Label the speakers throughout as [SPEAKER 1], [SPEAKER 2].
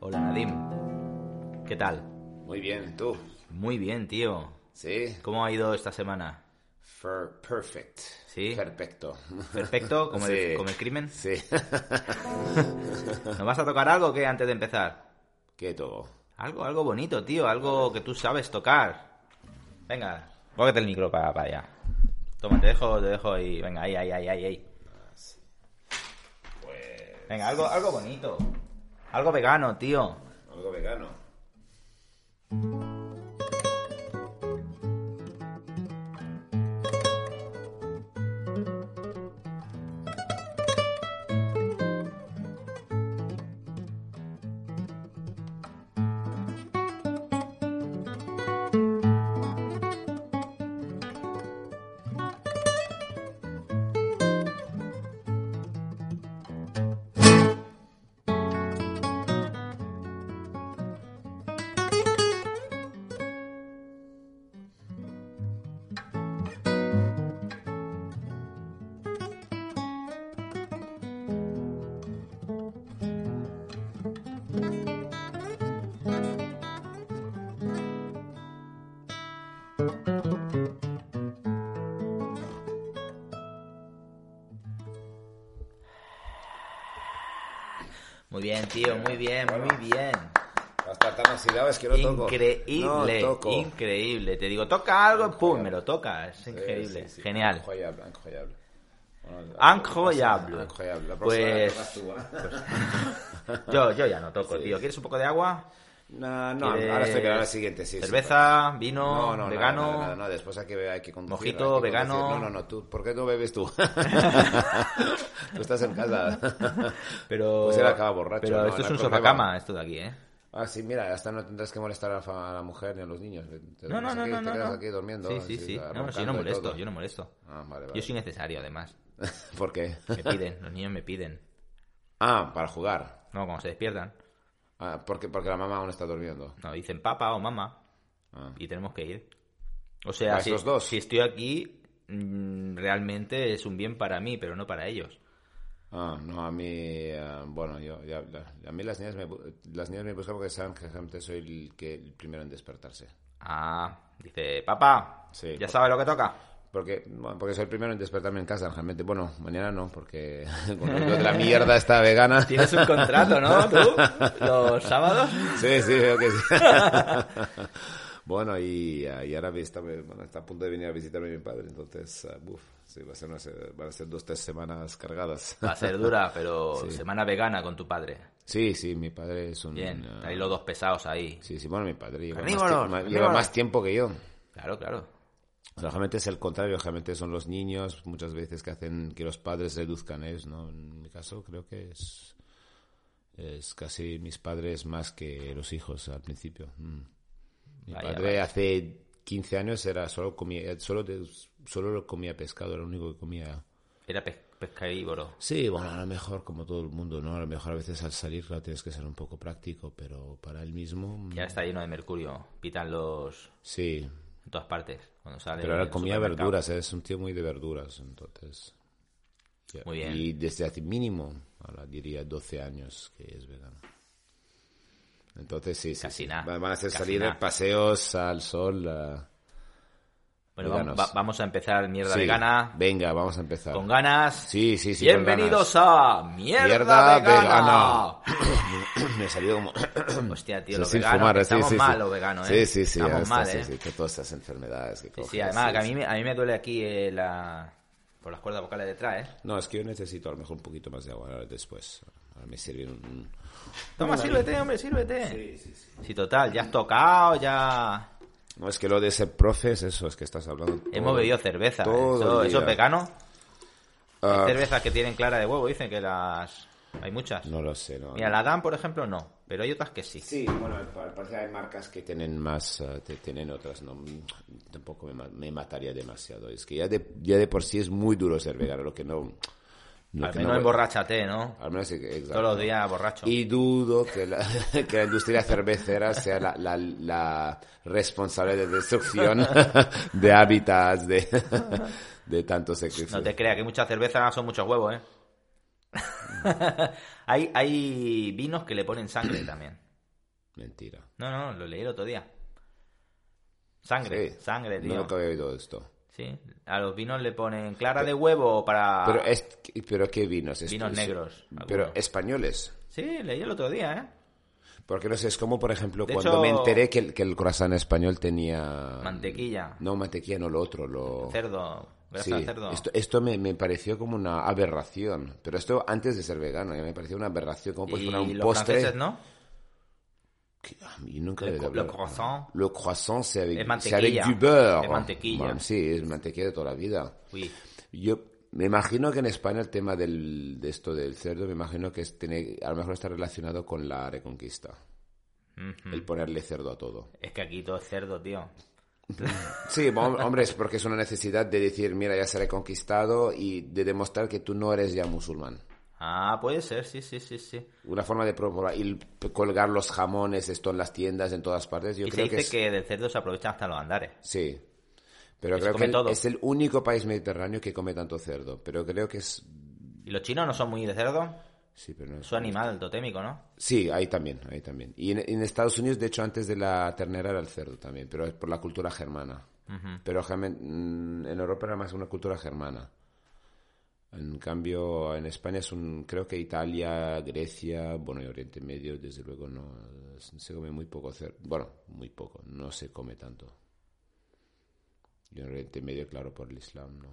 [SPEAKER 1] Hola Nadim. ¿Qué tal?
[SPEAKER 2] Muy bien, ¿tú?
[SPEAKER 1] Muy bien, tío.
[SPEAKER 2] Sí.
[SPEAKER 1] ¿Cómo ha ido esta semana?
[SPEAKER 2] Fer- perfect.
[SPEAKER 1] Sí.
[SPEAKER 2] Perfecto.
[SPEAKER 1] Perfecto, como, el,
[SPEAKER 2] Sí.
[SPEAKER 1] como el crimen.
[SPEAKER 2] Sí.
[SPEAKER 1] ¿Nos vas a tocar algo o qué antes de empezar?
[SPEAKER 2] ¿Qué todo?
[SPEAKER 1] Algo, algo bonito, tío, algo que tú sabes tocar. Venga, póngate el micro para, para allá. Toma, te dejo, te dejo ahí. Venga, ahí, ahí, ahí, ahí, ahí. Venga, algo, algo bonito. Algo vegano, tío.
[SPEAKER 2] Algo vegano.
[SPEAKER 1] Muy bien, tío, muy bien, muy bien.
[SPEAKER 2] Hasta tan oxidado es que no toco.
[SPEAKER 1] Increíble,
[SPEAKER 2] No toco.
[SPEAKER 1] increíble. Te digo, toca algo, pum, me lo toca. Es
[SPEAKER 2] Sí,
[SPEAKER 1] increíble,
[SPEAKER 2] Eh, sí, sí.
[SPEAKER 1] genial.
[SPEAKER 2] Incroyable, incroyable. Bueno, la-
[SPEAKER 1] Incroyable.
[SPEAKER 2] Incroyable. La próxima la
[SPEAKER 1] Pues,
[SPEAKER 2] tocas tú, ¿eh?
[SPEAKER 1] yo, yo ya no toco, tío. ¿Quieres un poco de agua?
[SPEAKER 2] No, no,
[SPEAKER 1] ¿Quieres
[SPEAKER 2] ahora estoy claro, la siguiente, sí. sí.
[SPEAKER 1] Cerveza, vino,
[SPEAKER 2] No, no,
[SPEAKER 1] vegano.
[SPEAKER 2] Nada, nada, nada, después hay que, hay que conducir.
[SPEAKER 1] Mojito,
[SPEAKER 2] hay que conducir.
[SPEAKER 1] vegano.
[SPEAKER 2] No, no, no, tú, ¿por qué no bebes tú? tú estás en casa.
[SPEAKER 1] Pero,
[SPEAKER 2] Pues él acaba borracho,
[SPEAKER 1] pero
[SPEAKER 2] ¿no?
[SPEAKER 1] esto es
[SPEAKER 2] No
[SPEAKER 1] un
[SPEAKER 2] hay problema.
[SPEAKER 1] sofacama, esto de aquí, ¿eh?
[SPEAKER 2] Ah, sí, mira, hasta no tendrás que molestar a la, fa- a la mujer ni a los niños. Te-
[SPEAKER 1] No, no,
[SPEAKER 2] te-
[SPEAKER 1] no,
[SPEAKER 2] pues te
[SPEAKER 1] no. no,
[SPEAKER 2] quedas
[SPEAKER 1] no.
[SPEAKER 2] aquí durmiendo.
[SPEAKER 1] Sí,
[SPEAKER 2] así,
[SPEAKER 1] sí, sí. No,
[SPEAKER 2] roncando
[SPEAKER 1] si yo no
[SPEAKER 2] y
[SPEAKER 1] molesto,
[SPEAKER 2] todo.
[SPEAKER 1] yo no molesto.
[SPEAKER 2] Ah, vale, vale.
[SPEAKER 1] Yo soy necesario, además.
[SPEAKER 2] ¿Por qué?
[SPEAKER 1] Me piden, los niños me piden.
[SPEAKER 2] Ah, para jugar.
[SPEAKER 1] No, cuando se despiertan.
[SPEAKER 2] Ah, porque, porque la mamá aún está durmiendo.
[SPEAKER 1] No, dicen papá o mamá.
[SPEAKER 2] Ah.
[SPEAKER 1] Y tenemos que ir. O sea,
[SPEAKER 2] ¿A
[SPEAKER 1] si,
[SPEAKER 2] esos dos?
[SPEAKER 1] si estoy aquí, mm, realmente es un bien para mí, pero no para ellos.
[SPEAKER 2] Ah, no, a mí, ah, bueno, yo, ya, la- a mí las niñas me, bu- las niñas me buscan porque saben que generalmente soy el, que, el primero en despertarse.
[SPEAKER 1] Ah, dice, papá,
[SPEAKER 2] Sí,
[SPEAKER 1] ya
[SPEAKER 2] papá.
[SPEAKER 1] sabe lo que toca.
[SPEAKER 2] Porque, bueno, porque soy el primero en despertarme en casa, realmente. Bueno, mañana no, porque con lo de la mierda está vegana.
[SPEAKER 1] Tienes un contrato, ¿no? ¿Tú? ¿Los sábados?
[SPEAKER 2] Sí, sí, veo que sí. bueno, y, ah, y ahora está, bueno, está a punto de venir a visitarme mi padre, entonces, ah, buf, sí, va a ser, una se- van a ser dos, tres semanas cargadas.
[SPEAKER 1] Va a ser dura, pero semana vegana con tu padre.
[SPEAKER 2] Sí, sí, mi padre es un...
[SPEAKER 1] Bien,
[SPEAKER 2] ah,
[SPEAKER 1] ahí los dos pesados ahí.
[SPEAKER 2] Sí, sí, bueno, mi padre lleva, más,
[SPEAKER 1] Carnívoros,
[SPEAKER 2] tie- ma- lleva
[SPEAKER 1] carnívoros.
[SPEAKER 2] más tiempo que yo.
[SPEAKER 1] Claro, claro.
[SPEAKER 2] O sea, Realmente es el contrario, realmente son los niños muchas veces que hacen que los padres reduzcan eso, ¿no? En mi caso creo que es, es casi mis padres más que los hijos al principio. Mm. Mi
[SPEAKER 1] Vaya,
[SPEAKER 2] padre hace 15 años era solo comía, solo, de- solo comía pescado, era lo único que comía.
[SPEAKER 1] Era pes- pescaívoro.
[SPEAKER 2] Sí, bueno, a lo mejor como todo el mundo, ¿no? A lo mejor a veces al salir claro, tienes que ser un poco práctico, pero para él mismo... mm,
[SPEAKER 1] Ya está lleno de mercurio. Pitan los
[SPEAKER 2] Sí,
[SPEAKER 1] en todas partes. Cuando sale
[SPEAKER 2] Pero ahora
[SPEAKER 1] del
[SPEAKER 2] comía
[SPEAKER 1] supermercado.
[SPEAKER 2] verduras, ¿eh? es un tío muy de verduras, entonces. Ya.
[SPEAKER 1] Muy bien.
[SPEAKER 2] Y desde hace mínimo, ahora diría 12 años que es vegano. Entonces sí, sí,
[SPEAKER 1] Casi
[SPEAKER 2] sí.
[SPEAKER 1] nada,
[SPEAKER 2] Va- Van a ser
[SPEAKER 1] casi
[SPEAKER 2] salir
[SPEAKER 1] nada.
[SPEAKER 2] paseos al sol. a-
[SPEAKER 1] Bueno, va-
[SPEAKER 2] veganos.
[SPEAKER 1] va- vamos a empezar mierda
[SPEAKER 2] Sí,
[SPEAKER 1] vegana.
[SPEAKER 2] Venga, vamos a empezar.
[SPEAKER 1] Con ganas.
[SPEAKER 2] Sí, sí, sí. con
[SPEAKER 1] Bienvenidos a Mierda,
[SPEAKER 2] Mierda
[SPEAKER 1] Vegana.
[SPEAKER 2] ganas. Me salió como...
[SPEAKER 1] Hostia, tío,
[SPEAKER 2] Sin
[SPEAKER 1] los veganos
[SPEAKER 2] fumar,
[SPEAKER 1] que
[SPEAKER 2] sí,
[SPEAKER 1] estamos
[SPEAKER 2] sí, sí.
[SPEAKER 1] mal, los veganos, ¿eh?
[SPEAKER 2] Sí, sí, sí.
[SPEAKER 1] Estamos
[SPEAKER 2] esta,
[SPEAKER 1] mal,
[SPEAKER 2] sí,
[SPEAKER 1] ¿eh?
[SPEAKER 2] sí, todas estas enfermedades que
[SPEAKER 1] Sí,
[SPEAKER 2] coges,
[SPEAKER 1] sí, además,
[SPEAKER 2] sí,
[SPEAKER 1] que a
[SPEAKER 2] sí.
[SPEAKER 1] mí, me- a mí me duele aquí eh, la... por las cuerdas vocales detrás, ¿eh?
[SPEAKER 2] No, es que yo necesito a lo mejor un poquito más de agua ahora después. Ahora me sirve un...
[SPEAKER 1] Toma, sírvete, hombre, sírvete. Sí, sí, sí. Sí, total, ya has tocado, ya...
[SPEAKER 2] No, es que lo de ese profe es eso, es que estás hablando. todo-
[SPEAKER 1] Hemos bebido cerveza. ¿eh?
[SPEAKER 2] todo
[SPEAKER 1] Eso,
[SPEAKER 2] el
[SPEAKER 1] eso es
[SPEAKER 2] día.
[SPEAKER 1] vegano. Hay
[SPEAKER 2] Ah,
[SPEAKER 1] cervezas que tienen clara de huevo, dicen que las... Hay muchas.
[SPEAKER 2] No lo sé, no.
[SPEAKER 1] Mira, la Dan, por ejemplo, no. Pero hay otras que sí.
[SPEAKER 2] Sí, bueno, al al parecer hay marcas que tienen más, ah, te- tienen otras, no. mm, Tampoco me, ma- me mataría demasiado. Es que ya de, ya de por sí es muy duro ser vegano, lo que no. lo
[SPEAKER 1] Al
[SPEAKER 2] que
[SPEAKER 1] menos
[SPEAKER 2] no-
[SPEAKER 1] emborráchate, ¿no?
[SPEAKER 2] Al menos, sí que- exacto.
[SPEAKER 1] Todos los días borracho.
[SPEAKER 2] Y dudo que la, que la industria cervecera sea la, la, la responsable de destrucción de hábitats, de, de tantos sacrificios.
[SPEAKER 1] No te creas que muchas cervezas son muchos huevos, ¿eh? hay, hay vinos que le ponen sangre también.
[SPEAKER 2] Mentira.
[SPEAKER 1] No, no, lo leí el otro día. Sangre,
[SPEAKER 2] Sí.
[SPEAKER 1] sangre, tío.
[SPEAKER 2] No nunca había oído esto.
[SPEAKER 1] Sí, a los vinos le ponen clara de huevo para...
[SPEAKER 2] Pero, eh, es, pero ¿qué vinos? Es-
[SPEAKER 1] Ah. Vinos
[SPEAKER 2] es-
[SPEAKER 1] negros,
[SPEAKER 2] Pero
[SPEAKER 1] algunos.
[SPEAKER 2] españoles.
[SPEAKER 1] Sí, leí el otro día, ¿eh?
[SPEAKER 2] Porque no sé, es como, por ejemplo,
[SPEAKER 1] De
[SPEAKER 2] cuando
[SPEAKER 1] hecho-
[SPEAKER 2] me enteré que el, que el croissant español tenía...
[SPEAKER 1] Mantequilla.
[SPEAKER 2] No, mantequilla, eh, no, lo otro, lo...
[SPEAKER 1] Cerdo, grasa
[SPEAKER 2] Sí,
[SPEAKER 1] de cerdo.
[SPEAKER 2] esto, esto me, me pareció como una aberración. Pero esto antes de ser vegano, ya me pareció una aberración. ¿Cómo puedes
[SPEAKER 1] y
[SPEAKER 2] poner un
[SPEAKER 1] los
[SPEAKER 2] postre?
[SPEAKER 1] franceses, ¿no?
[SPEAKER 2] Que- ah, yo nunca
[SPEAKER 1] Le
[SPEAKER 2] he
[SPEAKER 1] cro-
[SPEAKER 2] hablado.
[SPEAKER 1] le croissant.
[SPEAKER 2] Le croissant, c'est avec,
[SPEAKER 1] Es
[SPEAKER 2] c'est avec
[SPEAKER 1] mantequilla.
[SPEAKER 2] du beurre.
[SPEAKER 1] Es mantequilla.
[SPEAKER 2] Man, sí, es mantequilla de toda la vida.
[SPEAKER 1] Uy,
[SPEAKER 2] Yo me imagino que en España el tema del, de esto del cerdo, me imagino que es, tiene- a lo mejor está relacionado con la reconquista.
[SPEAKER 1] Mm.
[SPEAKER 2] El ponerle cerdo a todo.
[SPEAKER 1] es que aquí todo es cerdo, tío.
[SPEAKER 2] Sí, hom- hombre, es porque es una necesidad de decir, mira, ya seré conquistado y de demostrar que tú no eres ya musulmán.
[SPEAKER 1] Ah, puede ser, sí, sí, sí, sí.
[SPEAKER 2] Una forma de promover y p- colgar los jamones, esto en las tiendas, en todas partes. Yo
[SPEAKER 1] y se
[SPEAKER 2] creo
[SPEAKER 1] dice
[SPEAKER 2] que
[SPEAKER 1] que,
[SPEAKER 2] es-
[SPEAKER 1] del cerdo se aprovechan hasta los andares.
[SPEAKER 2] Sí. Pero
[SPEAKER 1] Que se
[SPEAKER 2] creo
[SPEAKER 1] come
[SPEAKER 2] que el-
[SPEAKER 1] todo.
[SPEAKER 2] es el único país mediterráneo que come tanto cerdo. Pero creo que es.
[SPEAKER 1] ¿Y los chinos no son muy de cerdo?
[SPEAKER 2] Sí, pero no es-
[SPEAKER 1] Su animal totémico, ¿no?
[SPEAKER 2] Sí, ahí también, ahí también. Y en, en Estados Unidos, de hecho, antes de la ternera era el cerdo también, pero es por la cultura germana. Pero germen- mm, en Europa era más una cultura germana. En cambio, en España es un. Creo que Italia, Grecia, bueno, y Oriente Medio, desde luego, no. Se come muy poco cerdo. Bueno, muy poco, no se come tanto. Y en Oriente Medio, claro, por el Islam, ¿no?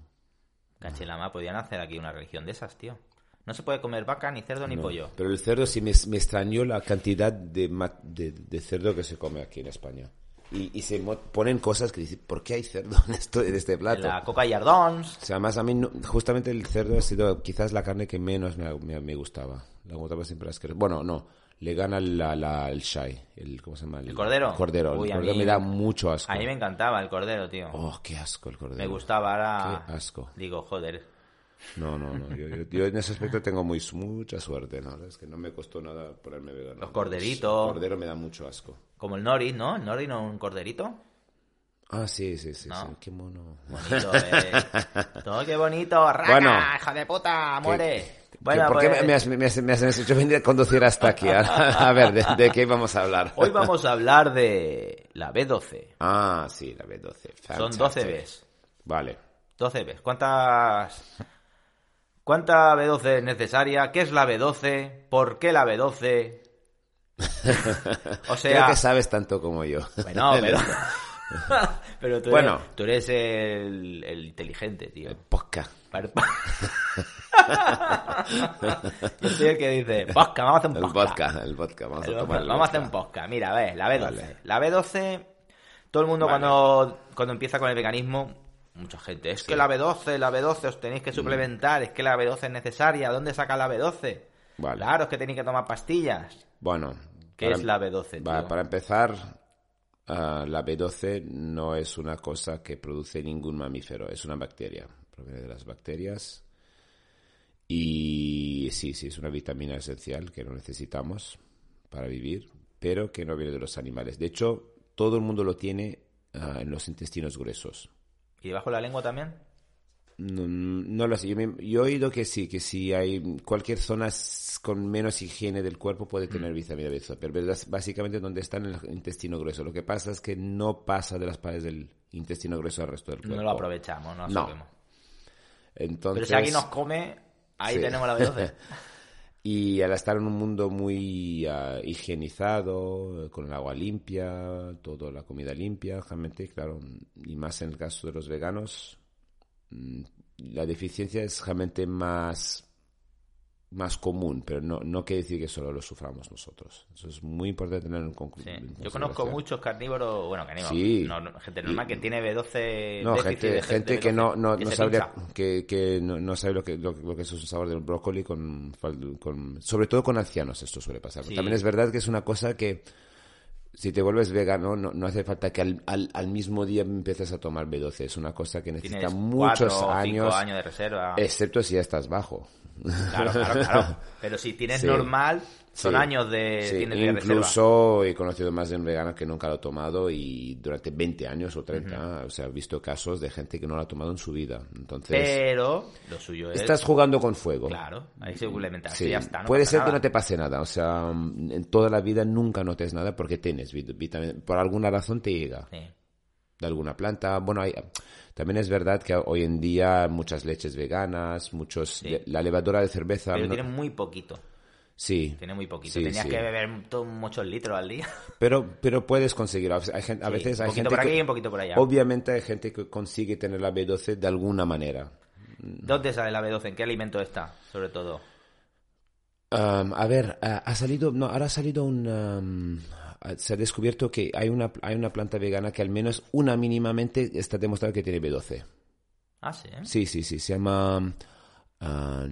[SPEAKER 1] Cachelama, podían hacer aquí una religión de esas, tío. No se puede comer vaca, ni cerdo, ni
[SPEAKER 2] No,
[SPEAKER 1] pollo.
[SPEAKER 2] Pero el cerdo sí me, me extrañó la cantidad de, ma- de, de cerdo que se come aquí en España. Y, y se mo- ponen cosas que dicen, ¿por qué hay cerdo en, esto, en este plato?
[SPEAKER 1] La coca y ardons.
[SPEAKER 2] O sea, además a mí, no- justamente el cerdo ha sido quizás la carne que menos me, me- me gustaba. La gustaba siempre asquerosa. Bueno, no, le gana la, la- el shai, el, ¿cómo se llama?
[SPEAKER 1] ¿El cordero?
[SPEAKER 2] El cordero,
[SPEAKER 1] Uy,
[SPEAKER 2] el
[SPEAKER 1] a
[SPEAKER 2] cordero
[SPEAKER 1] mí-
[SPEAKER 2] me da mucho asco.
[SPEAKER 1] A mí me encantaba el cordero, tío.
[SPEAKER 2] Oh, qué asco el cordero.
[SPEAKER 1] me gustaba, ahora...
[SPEAKER 2] Qué asco.
[SPEAKER 1] Digo, joder.
[SPEAKER 2] No, no, no. Yo, yo- yo en ese aspecto tengo muy, mucha suerte, ¿no? Es que no me costó nada ponerme vegano.
[SPEAKER 1] Los corderitos.
[SPEAKER 2] El cordero me da mucho asco.
[SPEAKER 1] Como el nori, ¿no? El nori no es un corderito.
[SPEAKER 2] Ah, sí, sí, sí.
[SPEAKER 1] No.
[SPEAKER 2] sí. Qué mono.
[SPEAKER 1] Bonito, eh. Todo qué bonito, raca,
[SPEAKER 2] Bueno.
[SPEAKER 1] hija de puta, muere.
[SPEAKER 2] ¿Qué-
[SPEAKER 1] Bueno,
[SPEAKER 2] ¿Por qué
[SPEAKER 1] pues,
[SPEAKER 2] me- me has, me has- me has hecho venir a conducir hasta aquí? A, a ver, ¿de, de qué vamos a hablar?
[SPEAKER 1] hoy vamos a hablar de la B12.
[SPEAKER 2] Ah, sí, la B12.
[SPEAKER 1] Son
[SPEAKER 2] Fantastic.
[SPEAKER 1] 12 Bs.
[SPEAKER 2] Vale.
[SPEAKER 1] 12 Bs. ¿Cuántas cuánta B12 es necesaria? ¿Qué es la B12? ¿Por qué la B12? O
[SPEAKER 2] Creo
[SPEAKER 1] sea,
[SPEAKER 2] que sabes tanto como yo.
[SPEAKER 1] bueno, pero, pero tú,
[SPEAKER 2] Bueno.
[SPEAKER 1] eres, tú eres el, el inteligente, tío.
[SPEAKER 2] Posca.
[SPEAKER 1] Par- Yo soy el que dice, posca, vamos a hacer un
[SPEAKER 2] El
[SPEAKER 1] podcast.
[SPEAKER 2] vodka, el vodka. Vamos a
[SPEAKER 1] Vamos,
[SPEAKER 2] tomar el
[SPEAKER 1] a hacer un
[SPEAKER 2] vodka.
[SPEAKER 1] podcast. Mira, a ver, la B12.
[SPEAKER 2] Vale.
[SPEAKER 1] La B12, todo el mundo
[SPEAKER 2] Vale.
[SPEAKER 1] cuando, cuando empieza con el veganismo, mucha gente, es que la B12, la B12 os tenéis
[SPEAKER 2] Mm.
[SPEAKER 1] que suplementar, es que la B12 es necesaria, ¿dónde saca la B12?
[SPEAKER 2] Vale.
[SPEAKER 1] Claro, es que tenéis que tomar pastillas.
[SPEAKER 2] Bueno.
[SPEAKER 1] ¿Qué
[SPEAKER 2] para-
[SPEAKER 1] es la B12?
[SPEAKER 2] Va,
[SPEAKER 1] tío?
[SPEAKER 2] para empezar, ah, la B12 no es una cosa que produce ningún mamífero, es una bacteria, proviene de las bacterias. Y sí, sí, es una vitamina esencial que no necesitamos para vivir, pero que no viene de los animales. De hecho, todo el mundo lo tiene ah, en los intestinos gruesos.
[SPEAKER 1] ¿Y debajo de la lengua también?
[SPEAKER 2] No, no lo sé. Yo, me- yo he oído que sí, que si hay cualquier zona s- con menos higiene del cuerpo puede
[SPEAKER 1] Mm.
[SPEAKER 2] tener vitamina B12, pero bas- básicamente donde está en el intestino grueso. Lo que pasa es que no pasa de las paredes del intestino grueso al resto del cuerpo.
[SPEAKER 1] No lo aprovechamos, no lo
[SPEAKER 2] Pues No.
[SPEAKER 1] sabemos. Pero
[SPEAKER 2] Entonces,
[SPEAKER 1] si alguien nos come, ahí
[SPEAKER 2] Sí.
[SPEAKER 1] tenemos la B12.
[SPEAKER 2] y al estar en un mundo muy ah, higienizado, eh, con el agua limpia, toda la comida limpia, realmente, claro, y más en el caso de los veganos, mm, la deficiencia es realmente más, más común, pero no, no quiere decir que solo lo suframos nosotros. Eso es muy importante tener en, concu-
[SPEAKER 1] Sí.
[SPEAKER 2] en
[SPEAKER 1] Yo conozco
[SPEAKER 2] consideración.
[SPEAKER 1] muchos carnívoros, bueno, carnívoros,
[SPEAKER 2] Sí.
[SPEAKER 1] no, no, gente normal que tiene B12.
[SPEAKER 2] No,
[SPEAKER 1] déficit de-
[SPEAKER 2] gente,
[SPEAKER 1] de
[SPEAKER 2] gente
[SPEAKER 1] B12,
[SPEAKER 2] que no, no, no
[SPEAKER 1] se
[SPEAKER 2] sabría
[SPEAKER 1] pincha.
[SPEAKER 2] que, que no, no sabe lo que, lo, lo que es un sabor del brócoli con, fal- con- sobre todo con ancianos esto suele pasar.
[SPEAKER 1] Sí.
[SPEAKER 2] También es verdad que es una cosa que si te vuelves vegano no, no hace falta que al, al, al mismo día empieces a tomar B12, es una cosa que necesita
[SPEAKER 1] Tienes
[SPEAKER 2] muchos
[SPEAKER 1] cuatro o cinco
[SPEAKER 2] años,
[SPEAKER 1] años de reserva.
[SPEAKER 2] excepto si ya estás bajo.
[SPEAKER 1] Claro, claro, claro. Pero si tienes
[SPEAKER 2] Sí.
[SPEAKER 1] normal, son
[SPEAKER 2] Sí.
[SPEAKER 1] años de...
[SPEAKER 2] Sí,
[SPEAKER 1] Eh, tienes de reserva.
[SPEAKER 2] Incluso he conocido más de un vegano que nunca lo ha tomado y durante 20 años o 30, o sea, he visto casos de gente que no lo ha tomado en su vida. Entonces,
[SPEAKER 1] Pero lo suyo es...
[SPEAKER 2] estás jugando con fuego.
[SPEAKER 1] Claro, hay suplementarse
[SPEAKER 2] Sí,
[SPEAKER 1] y ya está. no
[SPEAKER 2] puede
[SPEAKER 1] pasa
[SPEAKER 2] ser que
[SPEAKER 1] nada.
[SPEAKER 2] no te pase nada, o sea, mm, en toda la vida nunca notes nada porque tienes vit- vitamina, por alguna razón te llega
[SPEAKER 1] Sí.
[SPEAKER 2] de alguna planta. Bueno, hay, también es verdad que hoy en día muchas leches veganas, muchos le- la levadura de cerveza,
[SPEAKER 1] Pero
[SPEAKER 2] no-
[SPEAKER 1] tiene muy poquito.
[SPEAKER 2] sí,
[SPEAKER 1] Tiene muy poquito.
[SPEAKER 2] Sí,
[SPEAKER 1] Tenías
[SPEAKER 2] sí.
[SPEAKER 1] que beber to- muchos litros al día.
[SPEAKER 2] pero pero puedes conseguir. A hay gen- a
[SPEAKER 1] Sí,
[SPEAKER 2] veces
[SPEAKER 1] un
[SPEAKER 2] hay
[SPEAKER 1] poquito
[SPEAKER 2] gente
[SPEAKER 1] por aquí
[SPEAKER 2] que-
[SPEAKER 1] y un poquito por allá.
[SPEAKER 2] Obviamente hay gente que consigue tener la B12 de alguna manera.
[SPEAKER 1] ¿Dónde sale la B12? ¿En qué alimento está? Sobre todo.
[SPEAKER 2] Um, a ver, ah, ha salido, no, ahora ha salido un, um, ah, se ha descubierto que hay una, hay una planta vegana que al menos una mínimamente está demostrado que tiene B12.
[SPEAKER 1] Ah, sí. ¿eh?
[SPEAKER 2] Sí, sí, sí, se llama um, ah,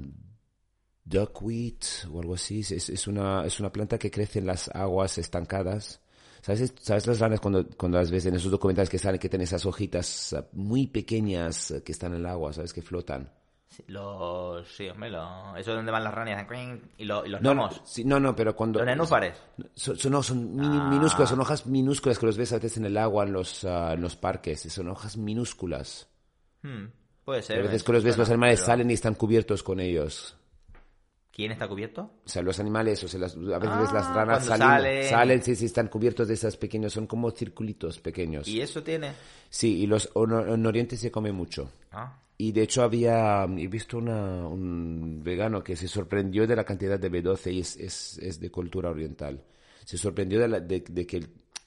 [SPEAKER 2] duckweed o algo así. Es, es una, es una planta que crece en las aguas estancadas. ¿Sabes, ¿Sabes las ranas cuando, cuando las ves en esos documentales que salen que tienen esas hojitas ah, muy pequeñas ah, que están en el agua, sabes, que flotan?
[SPEAKER 1] Sí, Los. Sí, hombre, los- Eso es donde van las ranas. hacen Y, lo- y los
[SPEAKER 2] No, no,
[SPEAKER 1] gnomos.
[SPEAKER 2] sí, no, no, pero cuando...
[SPEAKER 1] Los nenúfares.
[SPEAKER 2] Son, son- no, son mini-
[SPEAKER 1] Ah.
[SPEAKER 2] minúsculas, son hojas minúsculas que los ves a veces en el agua, en los, ah, en los parques, y son hojas minúsculas.
[SPEAKER 1] Hmm, puede
[SPEAKER 2] A
[SPEAKER 1] ser.
[SPEAKER 2] veces
[SPEAKER 1] me
[SPEAKER 2] que los ves,
[SPEAKER 1] suena,
[SPEAKER 2] los animales
[SPEAKER 1] pero-
[SPEAKER 2] salen y están cubiertos con ellos.
[SPEAKER 1] ¿Quién está cubierto?
[SPEAKER 2] O sea, los animales, o sea, las- a veces
[SPEAKER 1] Ah,
[SPEAKER 2] ves las ranas
[SPEAKER 1] cuando
[SPEAKER 2] salen,
[SPEAKER 1] salen.
[SPEAKER 2] salen, sí, sí, están cubiertos de esas pequeñas, son como circulitos pequeños.
[SPEAKER 1] ¿Y eso tiene?
[SPEAKER 2] Sí, y los o- no- en Oriente se come mucho.
[SPEAKER 1] Ah,
[SPEAKER 2] Y de hecho había, mm, he visto una, un vegano que se sorprendió de la cantidad de B12 y es, es, es de cultura oriental. Se sorprendió de, la- de- de que,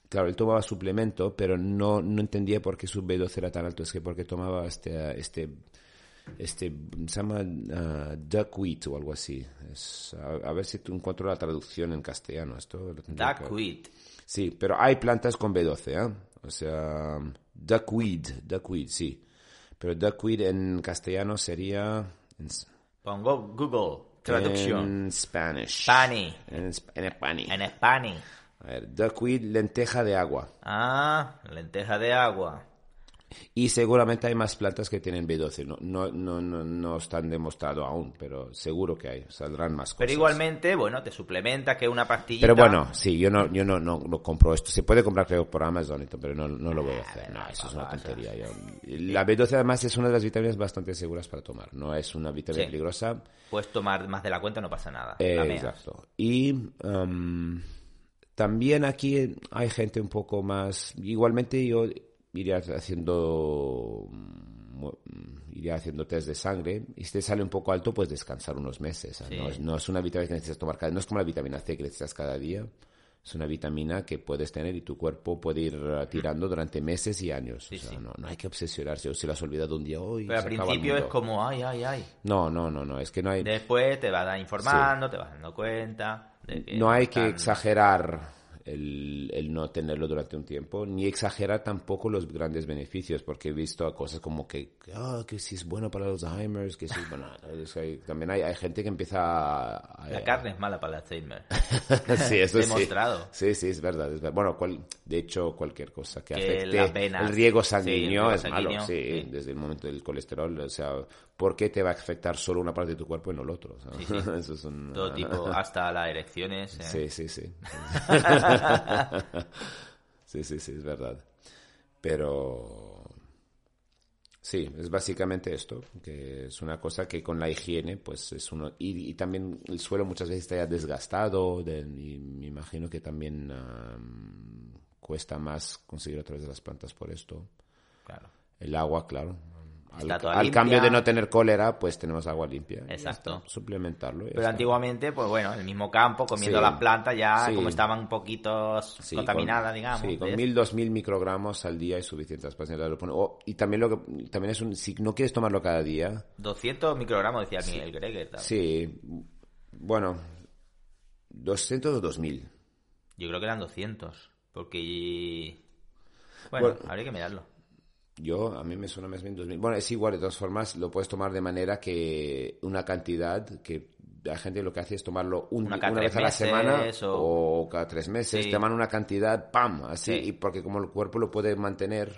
[SPEAKER 2] claro, él tomaba suplemento, pero no, no entendía por qué su B12 era tan alto. Es que porque tomaba este, este, este se llama ah, duckweed o algo así. Es- a, a ver si tú encuentro la traducción en castellano. Esto lo tendría que-
[SPEAKER 1] duckweed.
[SPEAKER 2] Sí, pero hay plantas con B12, ¿eh? O sea, duckweed, duckweed, sí. Pero duckweed en castellano sería... En, s-
[SPEAKER 1] Pongo Google. Traducción.
[SPEAKER 2] en Spanish.
[SPEAKER 1] Spani.
[SPEAKER 2] En, es- en Spanish.
[SPEAKER 1] En Spani.
[SPEAKER 2] A ver, duckweed, lenteja de agua.
[SPEAKER 1] Ah, lenteja de agua.
[SPEAKER 2] Y seguramente hay más plantas que tienen B12. No, no, no, no, no están demostrado aún, pero seguro que hay. Saldrán más cosas.
[SPEAKER 1] Pero igualmente, bueno, te suplementas que una pastillita.
[SPEAKER 2] Pero bueno, sí, yo no, yo no, no lo compro esto. Se puede comprar creo por Amazon, y todo, pero no, no lo voy a hacer. No, eso es una tontería. yo- La B12 además es una de las vitaminas bastante seguras para tomar. No es una vitamina
[SPEAKER 1] Sí.
[SPEAKER 2] peligrosa.
[SPEAKER 1] Puedes tomar más de la cuenta, no pasa nada.
[SPEAKER 2] Eh,
[SPEAKER 1] La meas.
[SPEAKER 2] exacto. Y um, también aquí hay gente un poco más. Igualmente yo iría haciendo mu- iría haciendo test de sangre y si te sale un poco alto pues descansar unos meses ¿sabes?
[SPEAKER 1] Sí.
[SPEAKER 2] no, es, no es una vitamina que necesitas tomar cada no es como la vitamina C que necesitas cada día es una vitamina que puedes tener y tu cuerpo puede ir eh, tirando durante meses y años
[SPEAKER 1] Sí,
[SPEAKER 2] o sea,
[SPEAKER 1] sí.
[SPEAKER 2] no, no hay que obsesionarse o si lo has olvidado un día hoy
[SPEAKER 1] Pero al
[SPEAKER 2] se acaba el
[SPEAKER 1] principio es
[SPEAKER 2] mundo.
[SPEAKER 1] como, ay, ay, ay.
[SPEAKER 2] no no no no es que no hay
[SPEAKER 1] Después te vas informando, te vas dando cuenta. de
[SPEAKER 2] no hay que
[SPEAKER 1] están-
[SPEAKER 2] exagerar el, el no tenerlo durante un tiempo, ni exagerar tampoco los grandes beneficios, porque he visto a cosas como que, ah, que si es bueno para los Alzheimer's, que si es bueno. o sea, hay- también hay, hay gente que empieza a. a-
[SPEAKER 1] La carne es mala para el Alzheimer.
[SPEAKER 2] sí, eso sí.
[SPEAKER 1] Demostrado.
[SPEAKER 2] Sí, sí, es verdad. es verdad. Bueno, cual- de hecho, cualquier cosa que,
[SPEAKER 1] Que
[SPEAKER 2] afecte
[SPEAKER 1] las venas.
[SPEAKER 2] el riego
[SPEAKER 1] Sí, el riego
[SPEAKER 2] sanguíneo es
[SPEAKER 1] sanguíneo,
[SPEAKER 2] malo, sí,
[SPEAKER 1] sí.
[SPEAKER 2] desde el momento del colesterol. O sea, ¿por qué te va a afectar solo una parte de tu cuerpo y no el otro? O sea,
[SPEAKER 1] Sí, sí.
[SPEAKER 2] eso es un- ah,
[SPEAKER 1] Todo tipo, hasta las erecciones. ¿eh?
[SPEAKER 2] Sí, sí, sí. sí, sí, sí, es verdad. Pero sí, es básicamente esto, que es una cosa que con la higiene, pues es uno... Y, y también el suelo muchas veces está ya desgastado, de- y me imagino que también am, cuesta más conseguir otra vez las plantas por esto.
[SPEAKER 1] Claro.
[SPEAKER 2] El agua, claro. Al,
[SPEAKER 1] Está toda
[SPEAKER 2] al
[SPEAKER 1] limpia.
[SPEAKER 2] cambio de no tener cólera, pues tenemos agua limpia. y ya
[SPEAKER 1] Exacto.
[SPEAKER 2] está, Suplementarlo. y ya
[SPEAKER 1] Pero
[SPEAKER 2] está.
[SPEAKER 1] antiguamente, pues bueno, en el mismo campo, comiendo
[SPEAKER 2] Sí.
[SPEAKER 1] las plantas ya,
[SPEAKER 2] Sí.
[SPEAKER 1] como estaban un poquito
[SPEAKER 2] Sí,
[SPEAKER 1] contaminadas,
[SPEAKER 2] con-
[SPEAKER 1] digamos.
[SPEAKER 2] Sí, con
[SPEAKER 1] de-
[SPEAKER 2] mil, dos mil microgramos al día es suficiente. Las pastillas lo ponen. O- Oh, y también lo que también es un si no quieres tomarlo cada día,
[SPEAKER 1] 200 microgramos, decía Miguel Greger. tal.
[SPEAKER 2] sí, bueno, 200 o 2000.
[SPEAKER 1] Yo creo que eran 200. Porque. Bueno,
[SPEAKER 2] Bueno.
[SPEAKER 1] habría que mirarlo.
[SPEAKER 2] Yo a mí me suena más bien 2000. Bueno, es igual de todas formas, lo puedes tomar de manera que una cantidad que la gente lo que hace es tomarlo un-
[SPEAKER 1] Una
[SPEAKER 2] una,
[SPEAKER 1] cada
[SPEAKER 2] vez
[SPEAKER 1] tres
[SPEAKER 2] a la
[SPEAKER 1] meses
[SPEAKER 2] semana
[SPEAKER 1] o-
[SPEAKER 2] o... cada tres meses,
[SPEAKER 1] Sí.
[SPEAKER 2] te toman una cantidad, pam, así,
[SPEAKER 1] Sí. Mm.
[SPEAKER 2] y porque como el cuerpo lo puede mantener,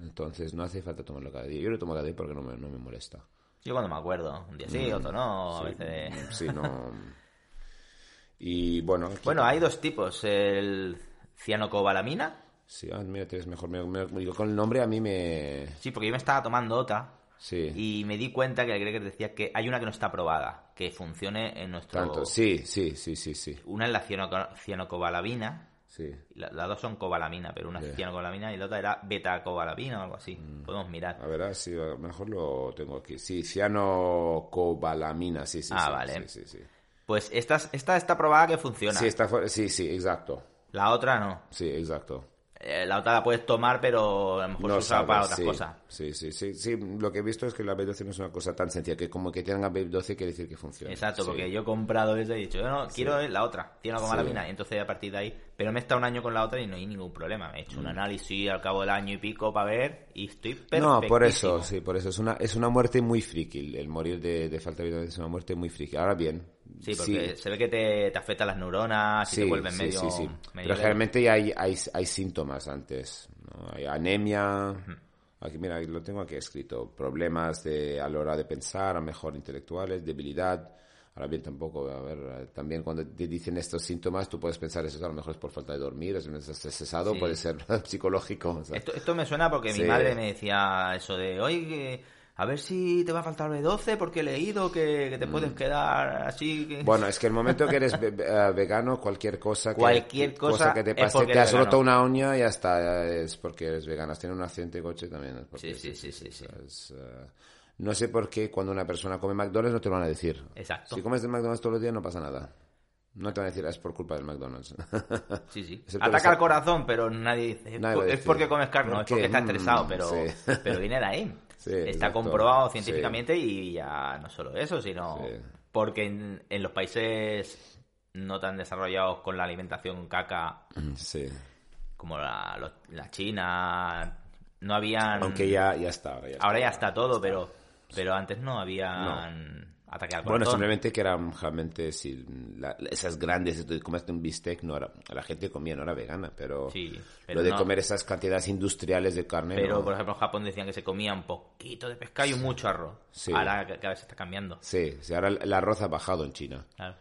[SPEAKER 2] entonces no hace falta tomarlo cada día. Yo lo tomo cada día porque no me- no me molesta.
[SPEAKER 1] Yo cuando me acuerdo, un día sí, otro no, a
[SPEAKER 2] Mm. Sí, mm,
[SPEAKER 1] veces...
[SPEAKER 2] sí, no. Y bueno. aquí-
[SPEAKER 1] Bueno, hay dos tipos, el cianocobalamina,
[SPEAKER 2] Sí, ah, mira, tienes mejor. me- me- digo, con el nombre a mí me.
[SPEAKER 1] sí, porque yo me estaba tomando otra
[SPEAKER 2] Sí.
[SPEAKER 1] y me di cuenta que el Greger decía que hay una que no está probada, que funcione en nuestro...
[SPEAKER 2] Tanto. Sí, sí, sí, sí, sí.
[SPEAKER 1] Una es la cianoco- cianocobalamina,
[SPEAKER 2] Sí.
[SPEAKER 1] y la- las dos son cobalamina, pero una es
[SPEAKER 2] Ya.
[SPEAKER 1] cianocobalamina y la otra era betacobalamina o algo así,
[SPEAKER 2] Mm.
[SPEAKER 1] podemos mirar.
[SPEAKER 2] A ver, ah, sí, a lo mejor lo tengo aquí. Sí, cianocobalamina, sí, sí.
[SPEAKER 1] Ah,
[SPEAKER 2] sí,
[SPEAKER 1] vale.
[SPEAKER 2] Sí, sí, sí.
[SPEAKER 1] Pues esta, esta está probada que funciona,
[SPEAKER 2] Sí, está fu- sí, sí, exacto.
[SPEAKER 1] la otra no.
[SPEAKER 2] Sí, exacto.
[SPEAKER 1] Eh, la otra la puedes tomar, pero a lo mejor se Pues usa
[SPEAKER 2] sabes,
[SPEAKER 1] para otras
[SPEAKER 2] sí,
[SPEAKER 1] cosas.
[SPEAKER 2] Sí, sí, sí, sí. Lo que he visto es que la B12 no es una cosa tan sencilla, que como que tenga B12 quiere decir que funciona.
[SPEAKER 1] Exacto,
[SPEAKER 2] Sí.
[SPEAKER 1] porque yo he comprado esa y he dicho, yo no, quiero la otra, tiene como
[SPEAKER 2] Sí.
[SPEAKER 1] la mina, y entonces a partir de ahí, pero me he estado un año con la otra y no hay ningún problema, me he
[SPEAKER 2] Mm.
[SPEAKER 1] hecho un análisis al cabo del año y pico para ver y estoy perfecto.
[SPEAKER 2] No, por eso, sí, por eso. Es una, es una muerte muy friki. el- El morir de, de falta de vitamina es una muerte muy friki. Ahora bien.
[SPEAKER 1] Sí, porque se ve que te, te afectan las neuronas y te vuelven
[SPEAKER 2] sí,
[SPEAKER 1] medio...
[SPEAKER 2] sí, sí.
[SPEAKER 1] medio
[SPEAKER 2] Pero
[SPEAKER 1] lento.
[SPEAKER 2] generalmente ya hay, hay, hay síntomas antes. ¿no? Hay anemia. Aquí, mira, lo tengo aquí escrito. Problemas de, a la hora de pensar, a lo mejor intelectuales, debilidad. Ahora bien, tampoco, a ver, eh, también cuando te dicen estos síntomas, tú puedes pensar, eso a lo mejor es por falta de dormir, es un estrés cesado,
[SPEAKER 1] Sí.
[SPEAKER 2] puede ser psicológico. o sea.
[SPEAKER 1] Esto, esto me suena porque
[SPEAKER 2] Sí.
[SPEAKER 1] mi madre me decía eso de, oye, a ver si te va a faltar B12 porque he leído que, que te puedes quedar así... que-".
[SPEAKER 2] Mm. Bueno, es que el momento que eres ve- ve- eh, vegano, cualquier cosa que,
[SPEAKER 1] Cualquier
[SPEAKER 2] que-
[SPEAKER 1] cosa
[SPEAKER 2] que te
[SPEAKER 1] es
[SPEAKER 2] pase,
[SPEAKER 1] porque
[SPEAKER 2] te
[SPEAKER 1] eres
[SPEAKER 2] has
[SPEAKER 1] vegano.
[SPEAKER 2] roto una uña y ya está, eh, es porque eres vegano. Has tenido un accidente de coche también. es porque-
[SPEAKER 1] Sí, sí, sí, sí, sí.
[SPEAKER 2] es, eh, no sé por qué cuando una persona come McDonald's no te lo van a decir.
[SPEAKER 1] Exacto.
[SPEAKER 2] Si comes de McDonald's todos los días no pasa nada. No te van a decir, "Ah, es por culpa del McDonald's.
[SPEAKER 1] Sí, sí.
[SPEAKER 2] Excepto
[SPEAKER 1] Ataca al
[SPEAKER 2] los-
[SPEAKER 1] corazón, pero nadie dice. Es,
[SPEAKER 2] Nadie
[SPEAKER 1] por-
[SPEAKER 2] va
[SPEAKER 1] es
[SPEAKER 2] a decir.
[SPEAKER 1] porque comes carne, no, es
[SPEAKER 2] Porque,
[SPEAKER 1] porque está
[SPEAKER 2] mm,
[SPEAKER 1] estresado, pero,
[SPEAKER 2] sí.
[SPEAKER 1] pero viene de ahí.
[SPEAKER 2] Sí,
[SPEAKER 1] está
[SPEAKER 2] exacto.
[SPEAKER 1] comprobado
[SPEAKER 2] Sí.
[SPEAKER 1] científicamente y ya no solo eso, sino
[SPEAKER 2] Sí.
[SPEAKER 1] porque en, en los países no tan desarrollados con la alimentación caca
[SPEAKER 2] Mm, sí.
[SPEAKER 1] como la, los- la China, no habían...
[SPEAKER 2] Aunque ya, ya está. Ahora ya está.
[SPEAKER 1] ahora ya está todo, pero pero antes no habían ataque al corazón.
[SPEAKER 2] Bueno, simplemente que eran realmente si la- esas grandes, si tú comiste un bistec, no era, la gente comía, no era vegana, pero,
[SPEAKER 1] Sí, pero
[SPEAKER 2] lo de
[SPEAKER 1] no.
[SPEAKER 2] comer esas cantidades industriales de carne,
[SPEAKER 1] Pero,
[SPEAKER 2] no.
[SPEAKER 1] por ejemplo, en Japón decían que se comía un poquito de pescado y mucho arroz.
[SPEAKER 2] Sí.
[SPEAKER 1] Ahora ca- cada vez se está cambiando.
[SPEAKER 2] sí, sí, ahora el el arroz ha bajado en China.
[SPEAKER 1] Claro.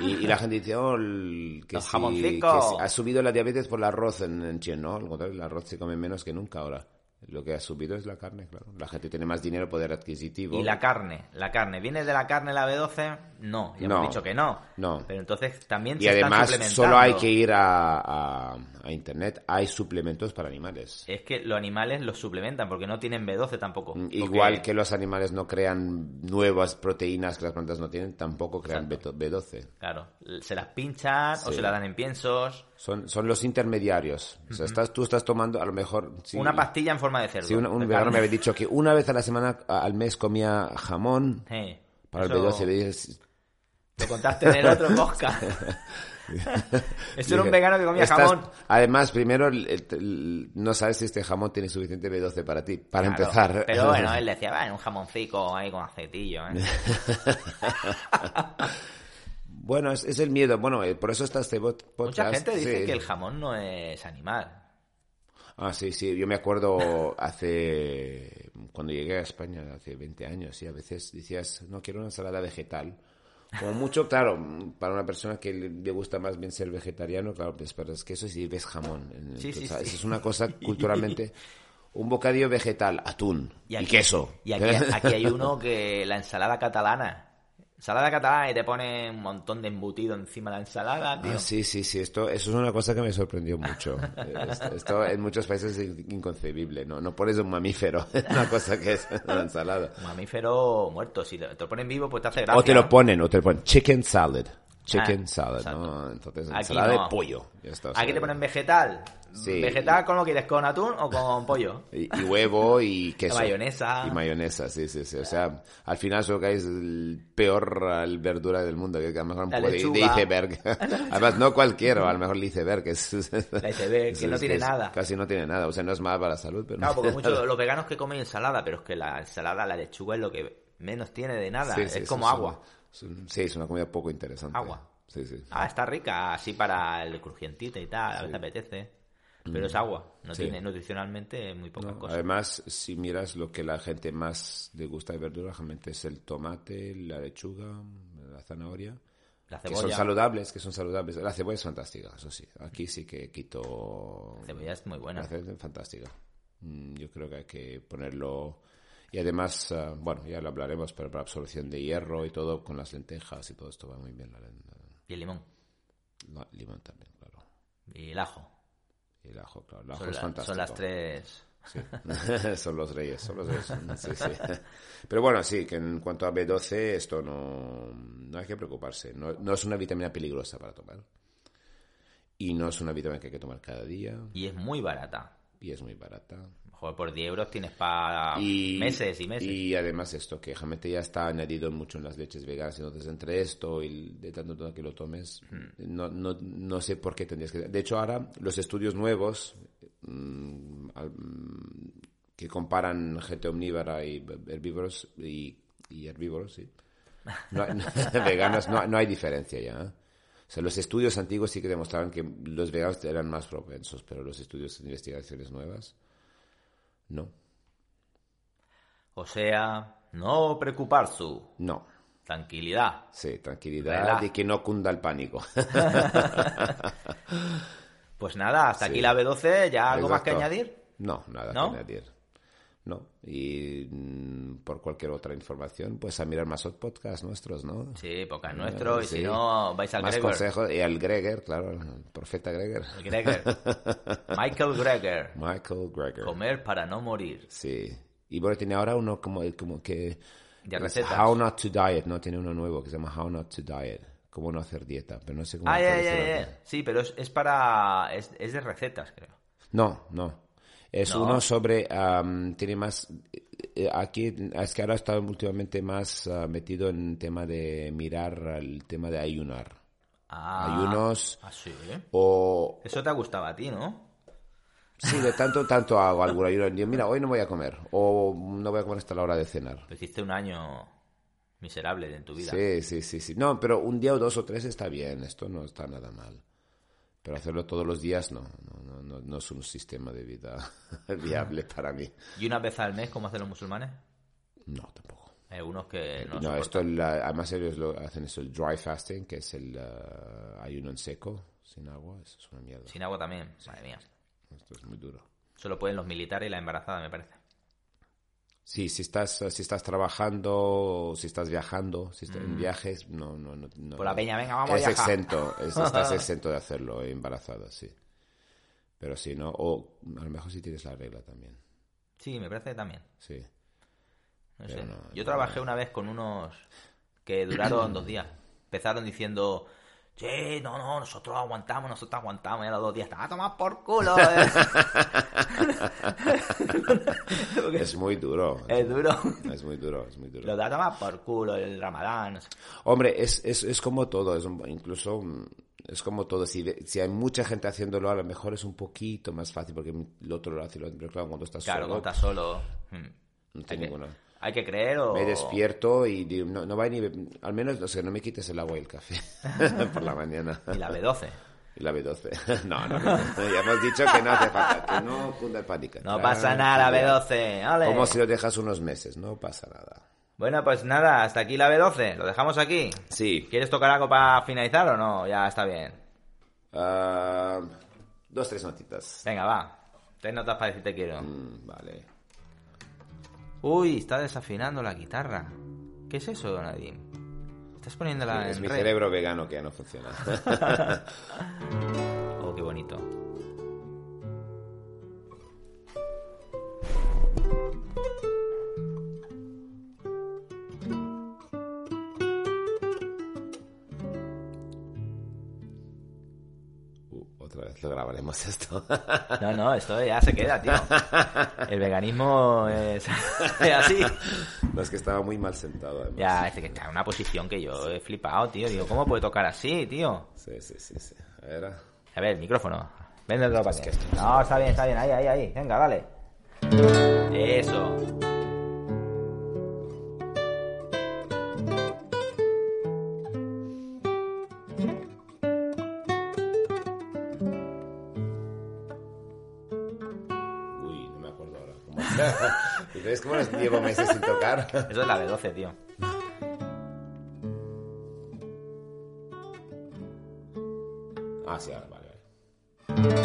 [SPEAKER 2] Y, y la gente dice, oh, el- que,
[SPEAKER 1] Los
[SPEAKER 2] sí, que
[SPEAKER 1] jamoncicos.
[SPEAKER 2] sí, ha subido la diabetes por el arroz en, en China, ¿no? Al contrario, el arroz se come menos que nunca ahora. Lo que ha subido es la carne, claro. La gente tiene más dinero, poder adquisitivo.
[SPEAKER 1] Y la carne, la carne. ¿Viene de la carne la B12? No, ya
[SPEAKER 2] No.
[SPEAKER 1] hemos dicho que no.
[SPEAKER 2] No.
[SPEAKER 1] Pero entonces también
[SPEAKER 2] Y
[SPEAKER 1] se están
[SPEAKER 2] además,
[SPEAKER 1] suplementando.
[SPEAKER 2] solo hay que ir a, a- a internet. Hay suplementos para animales.
[SPEAKER 1] Es que los animales los suplementan porque no tienen B12 tampoco. Porque-
[SPEAKER 2] Mm, Igual que los animales no crean nuevas proteínas que las plantas no tienen, tampoco crean B12.
[SPEAKER 1] Claro, se las pinchan o
[SPEAKER 2] Sí.
[SPEAKER 1] se las dan en piensos.
[SPEAKER 2] Son, son los intermediarios. O sea, estás, tú estás tomando a lo mejor... sí,
[SPEAKER 1] Una pastilla en forma de cerdo.
[SPEAKER 2] sí, un, un
[SPEAKER 1] De
[SPEAKER 2] vegano me
[SPEAKER 1] carne.
[SPEAKER 2] había dicho que una vez a la semana, a- al mes, comía jamón
[SPEAKER 1] Sí.
[SPEAKER 2] para
[SPEAKER 1] Eso-
[SPEAKER 2] el B12. Y dices,
[SPEAKER 1] Lo contaste en el otro podcast. Eso era un
[SPEAKER 2] dije,
[SPEAKER 1] vegano que comía
[SPEAKER 2] estás-
[SPEAKER 1] jamón.
[SPEAKER 2] Además, primero, el- el- el- no sabes si este jamón tiene suficiente B12 para ti, para
[SPEAKER 1] Claro,
[SPEAKER 2] empezar.
[SPEAKER 1] Pero bueno, él decía, va, en un jamoncico ahí con aceitillo, ¿eh?
[SPEAKER 2] Bueno, es, es el miedo. Bueno, eh, por eso está este bot- podcast.
[SPEAKER 1] Mucha gente dice
[SPEAKER 2] sí.
[SPEAKER 1] que el jamón no es animal.
[SPEAKER 2] Ah, sí, sí. Yo me acuerdo hace... Cuando llegué a España, hace 20 años, y a veces decías, no, quiero una ensalada vegetal. Como mucho, claro, para una persona que le le gusta más bien ser vegetariano, claro, pues pero es que eso sí ves jamón. en-
[SPEAKER 1] Sí, sí,
[SPEAKER 2] o sea,
[SPEAKER 1] sí.
[SPEAKER 2] eso es una cosa culturalmente... Un bocadillo vegetal, atún y,
[SPEAKER 1] aquí-
[SPEAKER 2] queso.
[SPEAKER 1] Y aquí, aquí hay uno que la ensalada catalana. Ensalada catalana y te pone un montón de embutido encima de la ensalada, tío.
[SPEAKER 2] Ah, sí, sí, sí. Esto, eso es una cosa que me sorprendió mucho. esto, esto en muchos países es inconcebible. No, no pones un mamífero. Es una cosa que es una ensalada.
[SPEAKER 1] Un Mamífero muerto. Si te lo ponen vivo, pues te hace gracia.
[SPEAKER 2] O te lo ponen, o te lo ponen. Chicken salad. Chicken
[SPEAKER 1] Ah,
[SPEAKER 2] salad,
[SPEAKER 1] exacto.
[SPEAKER 2] ¿no? Entonces,
[SPEAKER 1] Aquí
[SPEAKER 2] ensalada
[SPEAKER 1] no.
[SPEAKER 2] de pollo. Ya está, o sea,
[SPEAKER 1] Aquí te ponen vegetal.
[SPEAKER 2] Sí.
[SPEAKER 1] ¿Vegetal con lo quieres? ¿Con atún o con pollo?
[SPEAKER 2] y, y huevo y queso.
[SPEAKER 1] mayonesa.
[SPEAKER 2] Y mayonesa, sí, sí, sí. O sea, al final solo que es el peor al verdura del mundo, que a lo mejor
[SPEAKER 1] La
[SPEAKER 2] un poco de,
[SPEAKER 1] lechuga.
[SPEAKER 2] de iceberg. Además, no cualquiera, a lo mejor el iceberg. Es,
[SPEAKER 1] La iceberg, que no tiene nada.
[SPEAKER 2] Casi no tiene nada. O sea, no es mal para la salud, pero
[SPEAKER 1] Claro,
[SPEAKER 2] no
[SPEAKER 1] porque
[SPEAKER 2] tiene
[SPEAKER 1] muchos los veganos que comen ensalada, pero es que la ensalada, la lechuga es lo que menos tiene de nada.
[SPEAKER 2] Sí,
[SPEAKER 1] es
[SPEAKER 2] sí,
[SPEAKER 1] como
[SPEAKER 2] es
[SPEAKER 1] agua.
[SPEAKER 2] una- es un- sí, es una comida poco interesante.
[SPEAKER 1] Agua.
[SPEAKER 2] Sí, sí.
[SPEAKER 1] Ah, está rica, así para el crujientito y tal, a veces apetece. pero es agua, no
[SPEAKER 2] Mm. Sí.
[SPEAKER 1] tiene nutricionalmente muy pocas
[SPEAKER 2] No, eh,
[SPEAKER 1] cosas.
[SPEAKER 2] Además, si miras lo que la gente más le gusta de verdura, realmente es el tomate, la lechuga, la zanahoria,
[SPEAKER 1] La
[SPEAKER 2] que son
[SPEAKER 1] cebolla,
[SPEAKER 2] saludables, que son saludables. La cebolla es fantástica, eso sí. Aquí sí que quito...
[SPEAKER 1] la cebolla es muy buena.
[SPEAKER 2] La cebolla es fantástica. Mm, Yo creo que hay que ponerlo... Y además, ah, bueno, ya lo hablaremos, pero para absorción de hierro y todo, con las lentejas y todo esto va muy bien. La, la-
[SPEAKER 1] Y el limón.
[SPEAKER 2] la- limón también, claro.
[SPEAKER 1] Y el ajo.
[SPEAKER 2] Y el ajo, claro. El ajo
[SPEAKER 1] Son,
[SPEAKER 2] es
[SPEAKER 1] la-
[SPEAKER 2] fantástico.
[SPEAKER 1] son las tres.
[SPEAKER 2] Sí. son los reyes, son los reyes. Sí, sí. Pero bueno, sí, que en cuanto a B12, esto no, no hay que preocuparse. No, no es una vitamina peligrosa para tomar. Y no es una vitamina que hay que tomar cada día.
[SPEAKER 1] Y es muy barata.
[SPEAKER 2] Y es muy barata.
[SPEAKER 1] Joder, por 10 euros tienes para Ah, meses y meses.
[SPEAKER 2] Y además esto, que realmente ya está añadido mucho en las leches veganas. Entonces, entre esto y el- de tanto en tanto que lo tomes,
[SPEAKER 1] Hmm.
[SPEAKER 2] no, no, no sé por qué tendrías que... De hecho, ahora los estudios nuevos mm, al- mm, que comparan gente omnívora y herbívoros y, y herbívoros, sí. No hay- veganos, no, no hay diferencia ya. ¿eh? O sea, los estudios antiguos sí que demostraban que los veganos eran más propensos, pero los estudios de investigaciones nuevas, no.
[SPEAKER 1] O sea, no preocuparse.
[SPEAKER 2] No.
[SPEAKER 1] Tranquilidad.
[SPEAKER 2] Sí, tranquilidad
[SPEAKER 1] Relaja.
[SPEAKER 2] y que no cunda el pánico.
[SPEAKER 1] Pues nada, hasta
[SPEAKER 2] Sí.
[SPEAKER 1] aquí la B12. ¿Ya algo más que
[SPEAKER 2] Exacto.
[SPEAKER 1] añadir?
[SPEAKER 2] No, nada
[SPEAKER 1] ¿No?
[SPEAKER 2] que añadir. No. Y mm, por cualquier otra información, pues a mirar más podcasts nuestros, ¿no?
[SPEAKER 1] Sí, porque es
[SPEAKER 2] Eh,
[SPEAKER 1] nuestro. Y
[SPEAKER 2] sí.
[SPEAKER 1] si no, vais al
[SPEAKER 2] Más
[SPEAKER 1] Gregor.
[SPEAKER 2] consejos. Y al Greger, claro, al profeta Greger.
[SPEAKER 1] El Gregor. Michael Greger.
[SPEAKER 2] Michael Greger.
[SPEAKER 1] Comer para no morir.
[SPEAKER 2] Sí. Y bueno, tiene ahora uno como, como que...
[SPEAKER 1] De
[SPEAKER 2] es
[SPEAKER 1] recetas.
[SPEAKER 2] How Not to Diet, ¿no? Tiene uno nuevo que se llama How Not to Diet. Cómo no hacer dieta, pero no sé cómo
[SPEAKER 1] Ah, ya,
[SPEAKER 2] hacer
[SPEAKER 1] ya,
[SPEAKER 2] esa
[SPEAKER 1] ya.
[SPEAKER 2] dieta.
[SPEAKER 1] Sí, pero es, es para. Es, es de recetas, creo.
[SPEAKER 2] No, no. Es
[SPEAKER 1] No.
[SPEAKER 2] uno sobre, am, tiene más, eh, eh, aquí, es que ahora está últimamente más ah, metido en tema de mirar el tema de ayunar.
[SPEAKER 1] Ah,
[SPEAKER 2] Ayunos
[SPEAKER 1] Ah, sí, ¿eh?
[SPEAKER 2] o,
[SPEAKER 1] Eso te gustaba a ti, ¿no?
[SPEAKER 2] sí, de tanto, tanto hago algún ayuno. Digo, mira, hoy no voy a comer o no voy a comer hasta la hora de cenar.
[SPEAKER 1] Lo hiciste un año miserable en tu vida.
[SPEAKER 2] Sí, sí, sí, sí. No, pero un día o dos o tres está bien, esto no está nada mal. Pero hacerlo todos los días no, no, no, no, no es un sistema de vida viable para mí.
[SPEAKER 1] ¿Y una vez al mes, como hacen los musulmanes?
[SPEAKER 2] No, tampoco.
[SPEAKER 1] Hay unos que no. lo
[SPEAKER 2] No,
[SPEAKER 1] soportan.
[SPEAKER 2] esto, el, ah, además ellos lo hacen eso, el dry fasting, que es el ah, ayuno en seco, sin agua, eso es una mierda.
[SPEAKER 1] Sin agua también. Madre mía.
[SPEAKER 2] Esto es muy duro.
[SPEAKER 1] Solo pueden los militares y la embarazada, me parece.
[SPEAKER 2] Sí, si estás, ah, si estás trabajando, o si estás viajando, si estás en viajes, no, no, no. no.
[SPEAKER 1] Mm. Por la peña, venga, vamos a
[SPEAKER 2] Es
[SPEAKER 1] viajar.
[SPEAKER 2] exento, es- estás exento de hacerlo, eh, embarazada, sí. Pero si no, o a lo mejor si tienes la regla también,
[SPEAKER 1] Sí, me parece que también.
[SPEAKER 2] sí.
[SPEAKER 1] No
[SPEAKER 2] Pero
[SPEAKER 1] sé.
[SPEAKER 2] no,
[SPEAKER 1] Yo
[SPEAKER 2] no,
[SPEAKER 1] trabajé una vez con unos que duraron dos días. Empezaron diciendo, sí, no, no, nosotros aguantamos, nosotros aguantamos. Y a los dos días, ¡ah, tomar por culo! eh". Porque
[SPEAKER 2] Es muy duro.
[SPEAKER 1] es duro.
[SPEAKER 2] Es muy duro, es muy duro.
[SPEAKER 1] Lo da a tomar por culo el ramadán. no sé.
[SPEAKER 2] Hombre, es, es, es como todo, es un- incluso mm, es como todo. Si, ve- si hay mucha gente haciéndolo, a lo mejor es un poquito más fácil porque el otro lo hace, lo- pero claro, cuando estás
[SPEAKER 1] Claro,
[SPEAKER 2] solo,
[SPEAKER 1] cuando estás solo. mm,
[SPEAKER 2] no tiene ninguna.
[SPEAKER 1] Hay que creer o...
[SPEAKER 2] Me despierto y digo, no, no va ni, al menos, no sé, no me quites el agua y el café por la mañana.
[SPEAKER 1] Y la B12.
[SPEAKER 2] Y la B12. No, no, no, ya hemos dicho que no hace falta, que no cunda el pánico.
[SPEAKER 1] No pasa nada, B12. ¡Ole!
[SPEAKER 2] Como si lo dejas unos meses, no pasa nada.
[SPEAKER 1] Bueno, pues nada, hasta aquí la B12. Lo dejamos aquí.
[SPEAKER 2] Sí.
[SPEAKER 1] ¿Quieres tocar algo para finalizar o no? Ya está bien.
[SPEAKER 2] Ah, dos, tres notitas.
[SPEAKER 1] Venga, va. Tres notas para decir te quiero.
[SPEAKER 2] Mm, vale.
[SPEAKER 1] Uy, está desafinando la guitarra. ¿Qué es eso, Nadim? ¿Estás poniéndola
[SPEAKER 2] es
[SPEAKER 1] en
[SPEAKER 2] mi
[SPEAKER 1] re?
[SPEAKER 2] cerebro vegano que ya no funciona.
[SPEAKER 1] Oh, qué bonito.
[SPEAKER 2] Uh, otra vez lo grabaremos esto.
[SPEAKER 1] No, no, esto ya se queda, tío. El veganismo es es así.
[SPEAKER 2] no, es que estaba muy mal sentado, además.
[SPEAKER 1] Ya, es que está en una posición que yo he flipado, tío. Digo, ¿cómo puede tocar así, tío?
[SPEAKER 2] Sí, sí, sí, sí. A ver, ah.
[SPEAKER 1] A ver, el micrófono. Véndelo para que. No, está bien, está bien. Ahí, ahí, ahí. Venga, dale. Eso.
[SPEAKER 2] ¿Y ves cómo los llevo meses sin tocar?
[SPEAKER 1] Eso es la B12, tío.
[SPEAKER 2] Ah, sí, ahora, vale, vale.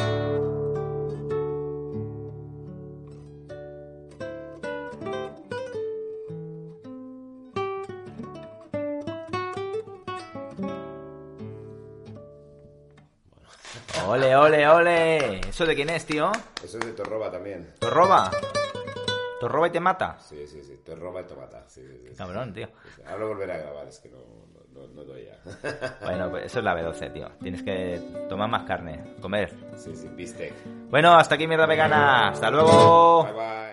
[SPEAKER 1] Ole, ole, ole. ¿Eso de quién es, tío?
[SPEAKER 2] Eso es de Torroba también.
[SPEAKER 1] ¿Te roba? ¿Te roba y te mata?
[SPEAKER 2] Sí, sí, sí. Torroba y Tomata. Sí, sí, sí, sí.
[SPEAKER 1] Cabrón, tío.
[SPEAKER 2] Sí, Ahora lo volveré a grabar, es que no, no, no, no doy ya.
[SPEAKER 1] Bueno, pues eso es la B12, tío. Tienes que tomar más carne, comer.
[SPEAKER 2] Sí, sí, bistec.
[SPEAKER 1] Bueno, hasta aquí mierda vegana. Hasta luego.
[SPEAKER 2] Bye, bye.